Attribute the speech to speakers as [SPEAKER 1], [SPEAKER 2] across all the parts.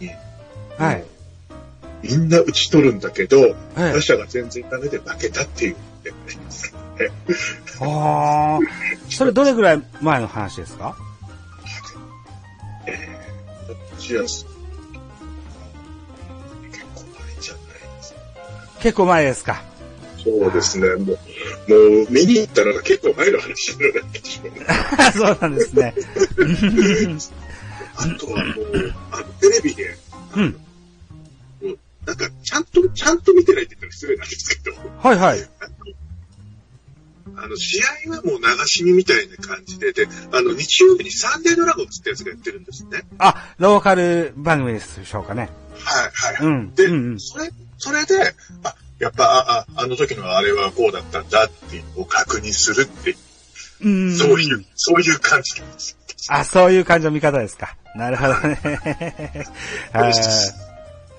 [SPEAKER 1] に、
[SPEAKER 2] はい。
[SPEAKER 1] みんな打ち取るんだけど、
[SPEAKER 2] はい
[SPEAKER 1] 打。者が全然ダメで負けたっていう例がありますけどね。
[SPEAKER 2] ああ。それどれぐらい前の話ですか
[SPEAKER 1] ジアス。結構前じゃないですか。
[SPEAKER 2] 結構前ですか。
[SPEAKER 1] そうですね。もう、もう見に行ったのが結構前の話になってしまうね。
[SPEAKER 2] そうなんですね。
[SPEAKER 1] あとはもう、あの、テレビで、
[SPEAKER 2] うん。
[SPEAKER 1] なんか、ちゃんと、ちゃんと見てないって言ったら失礼なんですけど、
[SPEAKER 2] はいはい。
[SPEAKER 1] あの、試合はもう流し見みたいな感じで、で、あの、日曜日にサンデードラゴンズってやつがやってるんですね。
[SPEAKER 2] あ、ローカル番組でしょうかね。
[SPEAKER 1] はい、はい、はい。
[SPEAKER 2] うん。
[SPEAKER 1] で、
[SPEAKER 2] うんうん。
[SPEAKER 1] それ、それで、あ、やっぱ、あ、ああの時のあれはこうだったんだっていうのを確認するっていう、
[SPEAKER 2] うん
[SPEAKER 1] そういう、そういう感じなんです。
[SPEAKER 2] あ、そういう感じの見方ですか。なるほど ね。はい。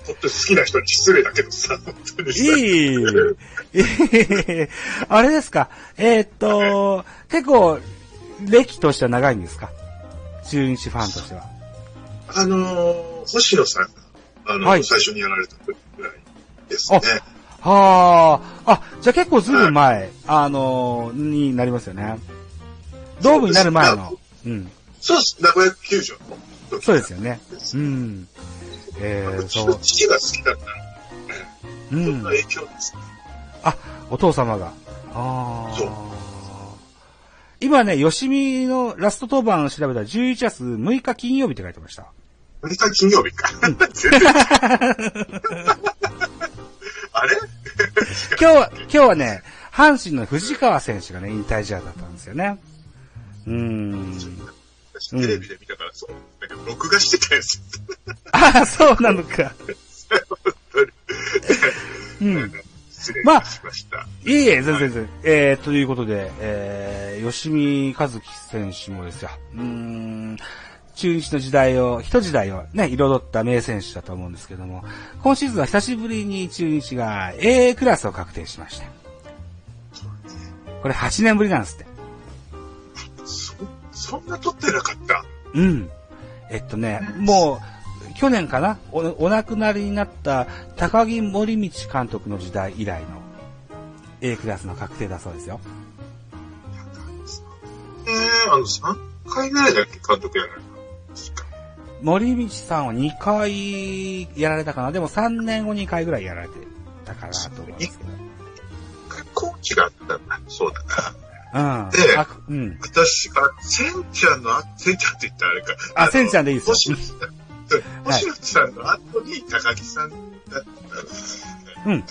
[SPEAKER 1] 本当に好きな人に失礼だけどさ、本当に
[SPEAKER 2] い
[SPEAKER 1] さ。
[SPEAKER 2] い。いいあれですか。えーっと、結構、歴としては長いんですか中日ファンとしては。
[SPEAKER 1] あのー、星野さんが、あのー
[SPEAKER 2] はい
[SPEAKER 1] 最初にやられた時ぐらいですね。
[SPEAKER 2] はあ。あ、じゃあ結構ずいぶん前、あのーになりますよね。ドームになる前の。うん。
[SPEAKER 1] そうです。名古屋球場の時
[SPEAKER 2] そうですよね。
[SPEAKER 1] です
[SPEAKER 2] う。ん。え
[SPEAKER 1] う
[SPEAKER 2] ー、
[SPEAKER 1] ち
[SPEAKER 2] そ
[SPEAKER 1] の
[SPEAKER 2] う。
[SPEAKER 1] 父が好きだったの
[SPEAKER 2] う
[SPEAKER 1] そ
[SPEAKER 2] ん
[SPEAKER 1] の。影響ですね。
[SPEAKER 2] あ、お父様が。あ
[SPEAKER 1] そう
[SPEAKER 2] あ。今ね、吉見のラスト当番を調べたら11月6日金曜日って書いてました。
[SPEAKER 1] 6日金曜日か。全然 あれ
[SPEAKER 2] 今日は、今日はね、阪神の藤川選手がね、引退試合だったんですよね。うーん。
[SPEAKER 1] 私テレビで見たからそう。なんか録画してたやつ。
[SPEAKER 2] ああ、そうなのか。うん。
[SPEAKER 1] 失礼いたしました。
[SPEAKER 2] いえいえ、全然全然。えー、ということで、えー、吉見和樹選手もですよ。うーん。中日の時代を、一時代をね、彩った名選手だと思うんですけども、今シーズンは久しぶりに中日が A クラスを確定しました。これ8年ぶりなんですって。
[SPEAKER 1] そ、そんな撮ってなかった。
[SPEAKER 2] うん。えっとね、もう、去年かなおお亡くなりになった高木森道監督の時代以来の A クラスの確定だそうですよ。
[SPEAKER 1] ええあの、3回ぐらいだっけ、監督やられたの。
[SPEAKER 2] 森道さんは2回やられたかなでも3年後2回ぐらいやられてたかなと思うんですけど。
[SPEAKER 1] 一回コーチがあったんだ。そうだな。
[SPEAKER 2] うん。
[SPEAKER 1] ええ
[SPEAKER 2] あうん。
[SPEAKER 1] 私が、せんちゃんのあ、せんちゃんって言ったらあれか。
[SPEAKER 2] あ、せんち
[SPEAKER 1] ゃん
[SPEAKER 2] ゃんでいいです
[SPEAKER 1] 星
[SPEAKER 2] よ
[SPEAKER 1] 野。さん。星野さんの後に高木さんだったら、
[SPEAKER 2] うん。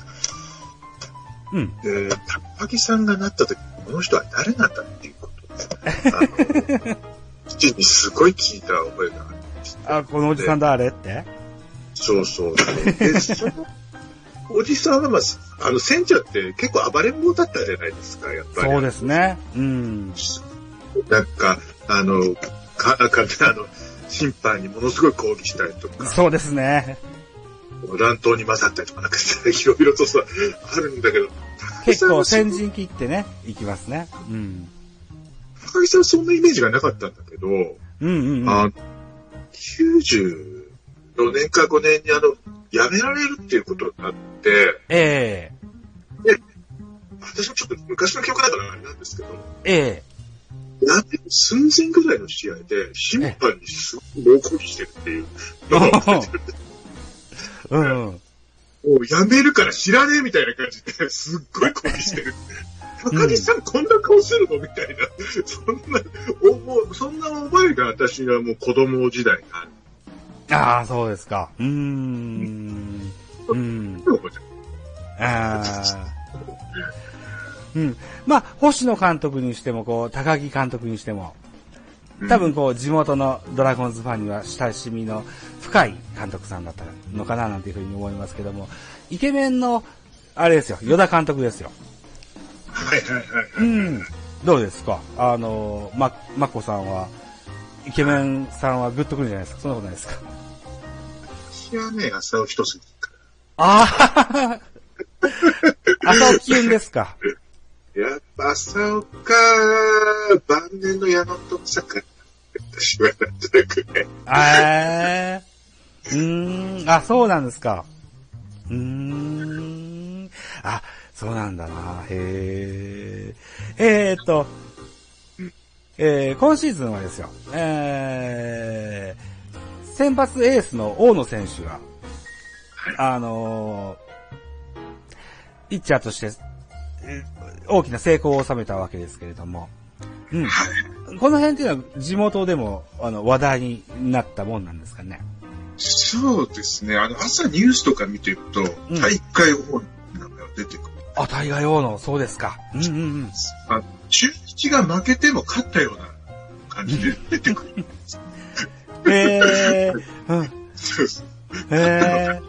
[SPEAKER 2] うん。
[SPEAKER 1] で、高木さんがなった時、この人は誰なんだっていうことで、あ の、父にすごい聞いた覚えがある。
[SPEAKER 2] あ、このおじさんだ、あれって
[SPEAKER 1] そうそう。で、その、おじさんは、まあ、あの、せんちゃんって結構暴れん坊だったじゃないですか、やっぱり。
[SPEAKER 2] そうですね。うん。
[SPEAKER 1] なんか、あの、か、なんか、あの、審判にものすごい抗議したりとか、
[SPEAKER 2] そうですね。
[SPEAKER 1] 乱闘に混ざったりとか、なんか、いろいろとさ、あるんだけど、高木さ
[SPEAKER 2] 結
[SPEAKER 1] ん
[SPEAKER 2] 構
[SPEAKER 1] はそ
[SPEAKER 2] 先
[SPEAKER 1] ん
[SPEAKER 2] 陣切ってね、行きますね。うん。
[SPEAKER 1] 高木さんはそんなイメージがなかったんだけど、
[SPEAKER 2] うんうんうん。
[SPEAKER 1] あ94年か5年にあの、辞められるっていうことになって、
[SPEAKER 2] え
[SPEAKER 1] 私もちょっと昔の記憶だからあれなんですけど、
[SPEAKER 2] ええ
[SPEAKER 1] やって寸前ぐらいの試合で、審判にすごい猛抗議してるっていうのを覚えてる
[SPEAKER 2] えうんうん。
[SPEAKER 1] もうやめるから知らねえみたいな感じで、すっごい抗議してる。高木さんこんな顔するのみたいな。そんな、おもうそんな覚えが私がもう子供時代にある。
[SPEAKER 2] ああ、そうですか。うーん。うん。ああ。うん。まあ、星野監督にしても、こう、高木監督にしても、多分こう、地元のドラゴンズファンには親しみの深い監督さんだったのかななんていうふうに思いますけども、イケメンの、あれですよ、与田監督ですよ。
[SPEAKER 1] はいはいはい。
[SPEAKER 2] うん。どうですかあの、ま、まこさんは、イケメンさんはグッとくるんじゃないですかそんなことないですか
[SPEAKER 1] 私はね、朝を一筋か
[SPEAKER 2] ああ朝起き運ですか。
[SPEAKER 1] ら。やっぱ朝岡、晩年の山本坂。私はなんとなくね。
[SPEAKER 2] ええうん、あ、そうなんですか。うん。あ、そうなんだな。へえ。えー、っと、えー、今シーズンはですよ、えー、先発エースの大野選手が、あのー、ピッチャーとして、大きな成功を収めたわけですけれども、うん。この辺っていうのは地元でも、あの、話題になったもんなんですかね。
[SPEAKER 1] そうですね。あの、朝ニュースとか見てると、うん、大会王の名前が出てくる。
[SPEAKER 2] あ、大会王の、そうですか。うんうんうん。
[SPEAKER 1] あ中日が負けても勝ったような感じで出てくる。
[SPEAKER 2] えー。うん。
[SPEAKER 1] そうそう。え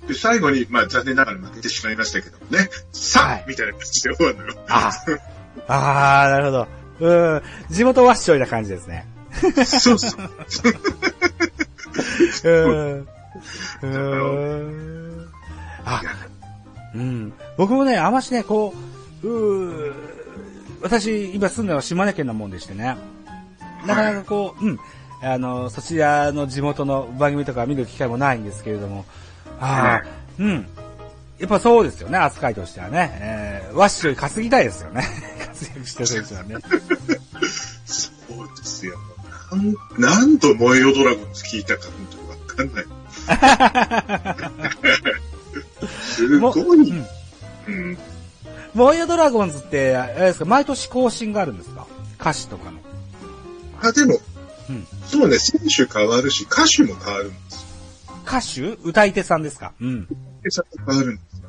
[SPEAKER 1] ー。で、最後に、まあ残念ながら負けてしまいましたけどね、さあ、はい、みたいな感じで終わるのよ。
[SPEAKER 2] ああ、あなるほど。うん。地元わっしょいな感じですね。
[SPEAKER 1] そうそう。
[SPEAKER 2] うんうん、あ、うん。僕もね、あましね、こう、う私、今住んでるのは島根県なもんでしてね。なかなかこう、うん。あの、そちらの地元の番組とか見る機会もないんですけれども。ああ、うん。やっぱそうですよね、扱いとしてはね。えー、ワッシュより稼ぎたいですよね。 活躍してる選手はね。
[SPEAKER 1] そうですよ。何度燃えよドラゴンズ聞いたか本当に わかんない。すごい。うん。
[SPEAKER 2] 燃えよドラゴンズって、あれですか、毎年更新があるんですか歌詞とかの。
[SPEAKER 1] あ、でも、うん、そうね、選手変わるし、歌手も変わるんです
[SPEAKER 2] 歌手歌い手さんですかうん。歌
[SPEAKER 1] い手さんも変わるんですよ。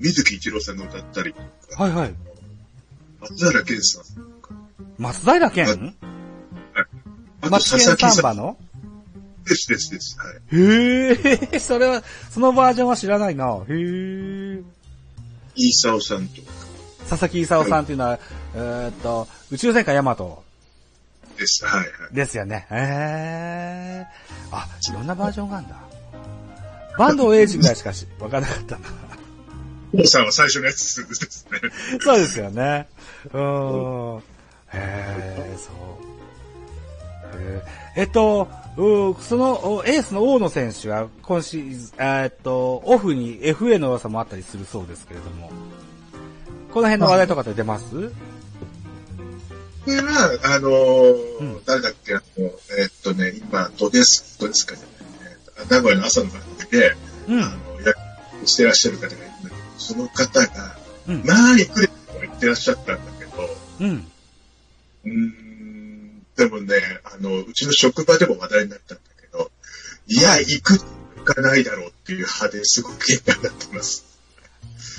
[SPEAKER 1] 水木一郎さんが歌ったりと
[SPEAKER 2] か。はいはい。
[SPEAKER 1] 松平健さんとか。
[SPEAKER 2] 松平健松木サンバの、
[SPEAKER 1] ですですです。はい
[SPEAKER 2] へえ、 それは、そのバージョンは知らないな。へえ。
[SPEAKER 1] イーサオさんとか。
[SPEAKER 2] 佐々木イサオさんっていうのは、はい、えー、っと、宇宙戦艦ヤマト。
[SPEAKER 1] です、はい、はい。
[SPEAKER 2] ですよね。へえ。あ、いろんなバージョンがあるんだ。バンドエイジぐらいしかし、わからなかったな。
[SPEAKER 1] 王さんは最初のやつですね。
[SPEAKER 2] そうですよね。うん。へえ、そう。えっと、そのエースの大野選手は今シーズン、えっと、オフに FA の噂もあったりするそうですけれども、この辺の話題とかって出ますこ
[SPEAKER 1] れは、あのーうん、誰だっけ、あの、えー、っとね、今、ドデス、ドデスカじゃない、ね、名古屋の朝の番組で、うん、あの、やしてらっしゃる方がいるんだけど、その方が、うん、まあ、いくれと言ってらっしゃったんだけど、
[SPEAKER 2] うん。
[SPEAKER 1] うんでもね、あの、うちの職場でも話題になったんだけど、いや、行く、行かないだろうっていう派ですごく喧嘩になってます。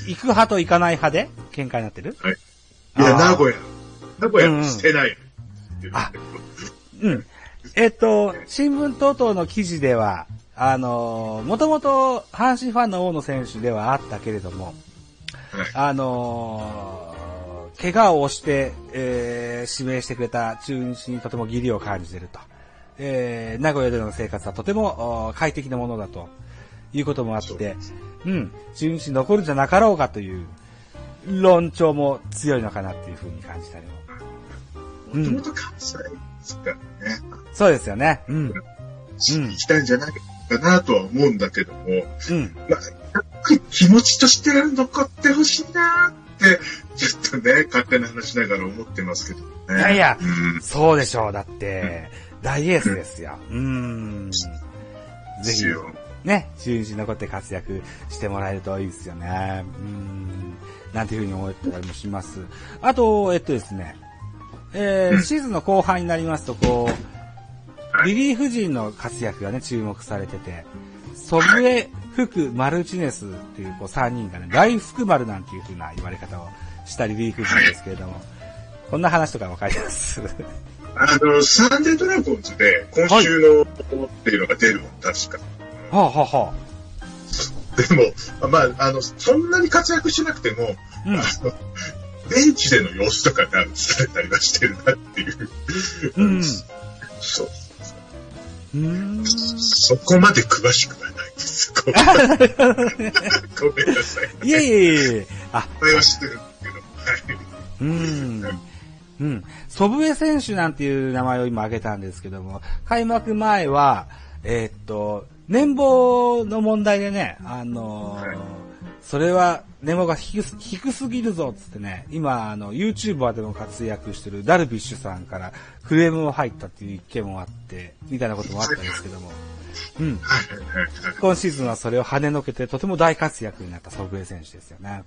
[SPEAKER 2] 行く派と行かない派で喧嘩になってる
[SPEAKER 1] はい。いや、名古屋。名古屋もしてない。
[SPEAKER 2] うん、うん、あ、うん。えっと、新聞等々の記事では、あの、もともと阪神ファンの大野選手ではあったけれども、はい、あのー怪我をして、えー、指名してくれた中日にとても義理を感じてると。えー、名古屋での生活はとても快適なものだということもあって、うん、中日に残るんじゃなかろうかという論調も強いのかなっていうふうに感じたり
[SPEAKER 1] も。もともと関西ですからね、
[SPEAKER 2] うん。そうですよね。うん。
[SPEAKER 1] 行きたいんじゃないかなとは思うんだけども、うん。まあ、気持ちとして残ってほしいなってちょっとね、勝手な話しながら思ってますけどね。
[SPEAKER 2] いやいや、うん、そうでしょう。だって、うん、大エースですよ。うん。ぜひ、ね、中日に残って活躍してもらえるといいですよね。うん。なんていうふうに思ったりもします。あと、えっとですね、えー、シーズンの後半になりますと、こう、リリーフ陣の活躍がね、注目されてて、祖父江、福、マルチネスっていうこう3人がね、大福丸なんていうふうな言われ方をしたリリーフ陣ですけれども、はい、こんな話とかわかります
[SPEAKER 1] あの、サンデードラゴンズで、今週の、はい、っていうのが出るの、確か。
[SPEAKER 2] はあ、はあは
[SPEAKER 1] あ、でも、まあ、あの、そんなに活躍しなくても、うん、あの、ベンチでの様子とかが映されたりはしてるなっていう。
[SPEAKER 2] うん。
[SPEAKER 1] そう。
[SPEAKER 2] うん
[SPEAKER 1] そこまで詳しくはないです。ごめんなさい。
[SPEAKER 2] いえいえいえ。
[SPEAKER 1] あ、これは知ってるんですけど。
[SPEAKER 2] うん。うん。祖父江選手なんていう名前を今挙げたんですけども、開幕前は、えー、っと、年俸の問題でね、あのーはい、それは年俸が低すぎるぞっつってね、今、あの、YouTuber でも活躍してるダルビッシュさんからクレームも入ったっていう意見もあって、みたいなこともあったんですけども。うん。今シーズンはそれを跳ねのけて、とても大活躍になった祖父江選手ですよね。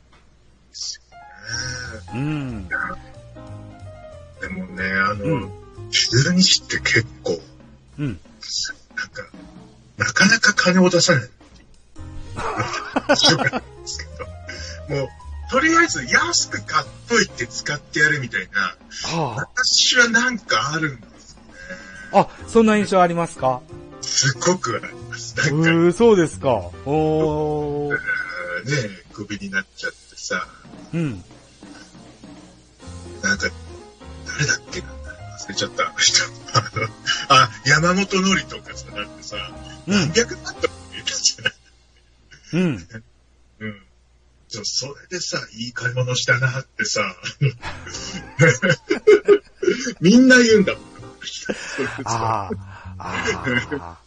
[SPEAKER 1] うん。でもね、あの、うん、12日って結構、うん。なんか、なかなか金を出さない。ですけど、もう、とりあえず安く買っといて使ってやるみたいな、はあ、私はなんかあるんですよね。
[SPEAKER 2] あ、そんな印象ありますか
[SPEAKER 1] すごくあります。
[SPEAKER 2] なんか。うそうですか。お
[SPEAKER 1] ー。ねえ、クビになっちゃってさ。うん。なんか、誰だっけな忘れちゃった、あの人。あ、山本のりとかさ、だってさ、うん、何百万とか言ったじゃない。うん。 うん。じゃそれでさ、いい買い物したなってさ、 みんな言うんだもん。
[SPEAKER 2] ああ。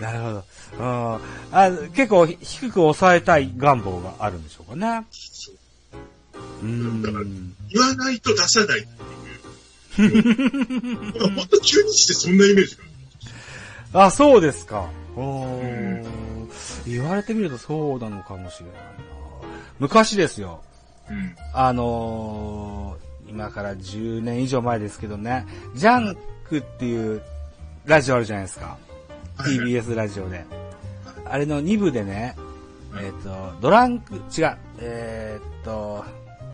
[SPEAKER 2] なるほど。うん、あ結構低く抑えたい願望があるんでしょうかね。
[SPEAKER 1] うん。だから、言わないと出さないっていう。 本当中日ってそんなイメージが
[SPEAKER 2] ある。あ、そうですか。おー。うん言われてみるとそうなのかもしれないな。昔ですよ。うん、あのー、今から10年以上前ですけどね、ジャンクっていうラジオあるじゃないですか。TBS ラジオで。あれの2部でね、えっ、ー、と、ドランク、違う、えっ、ー、と、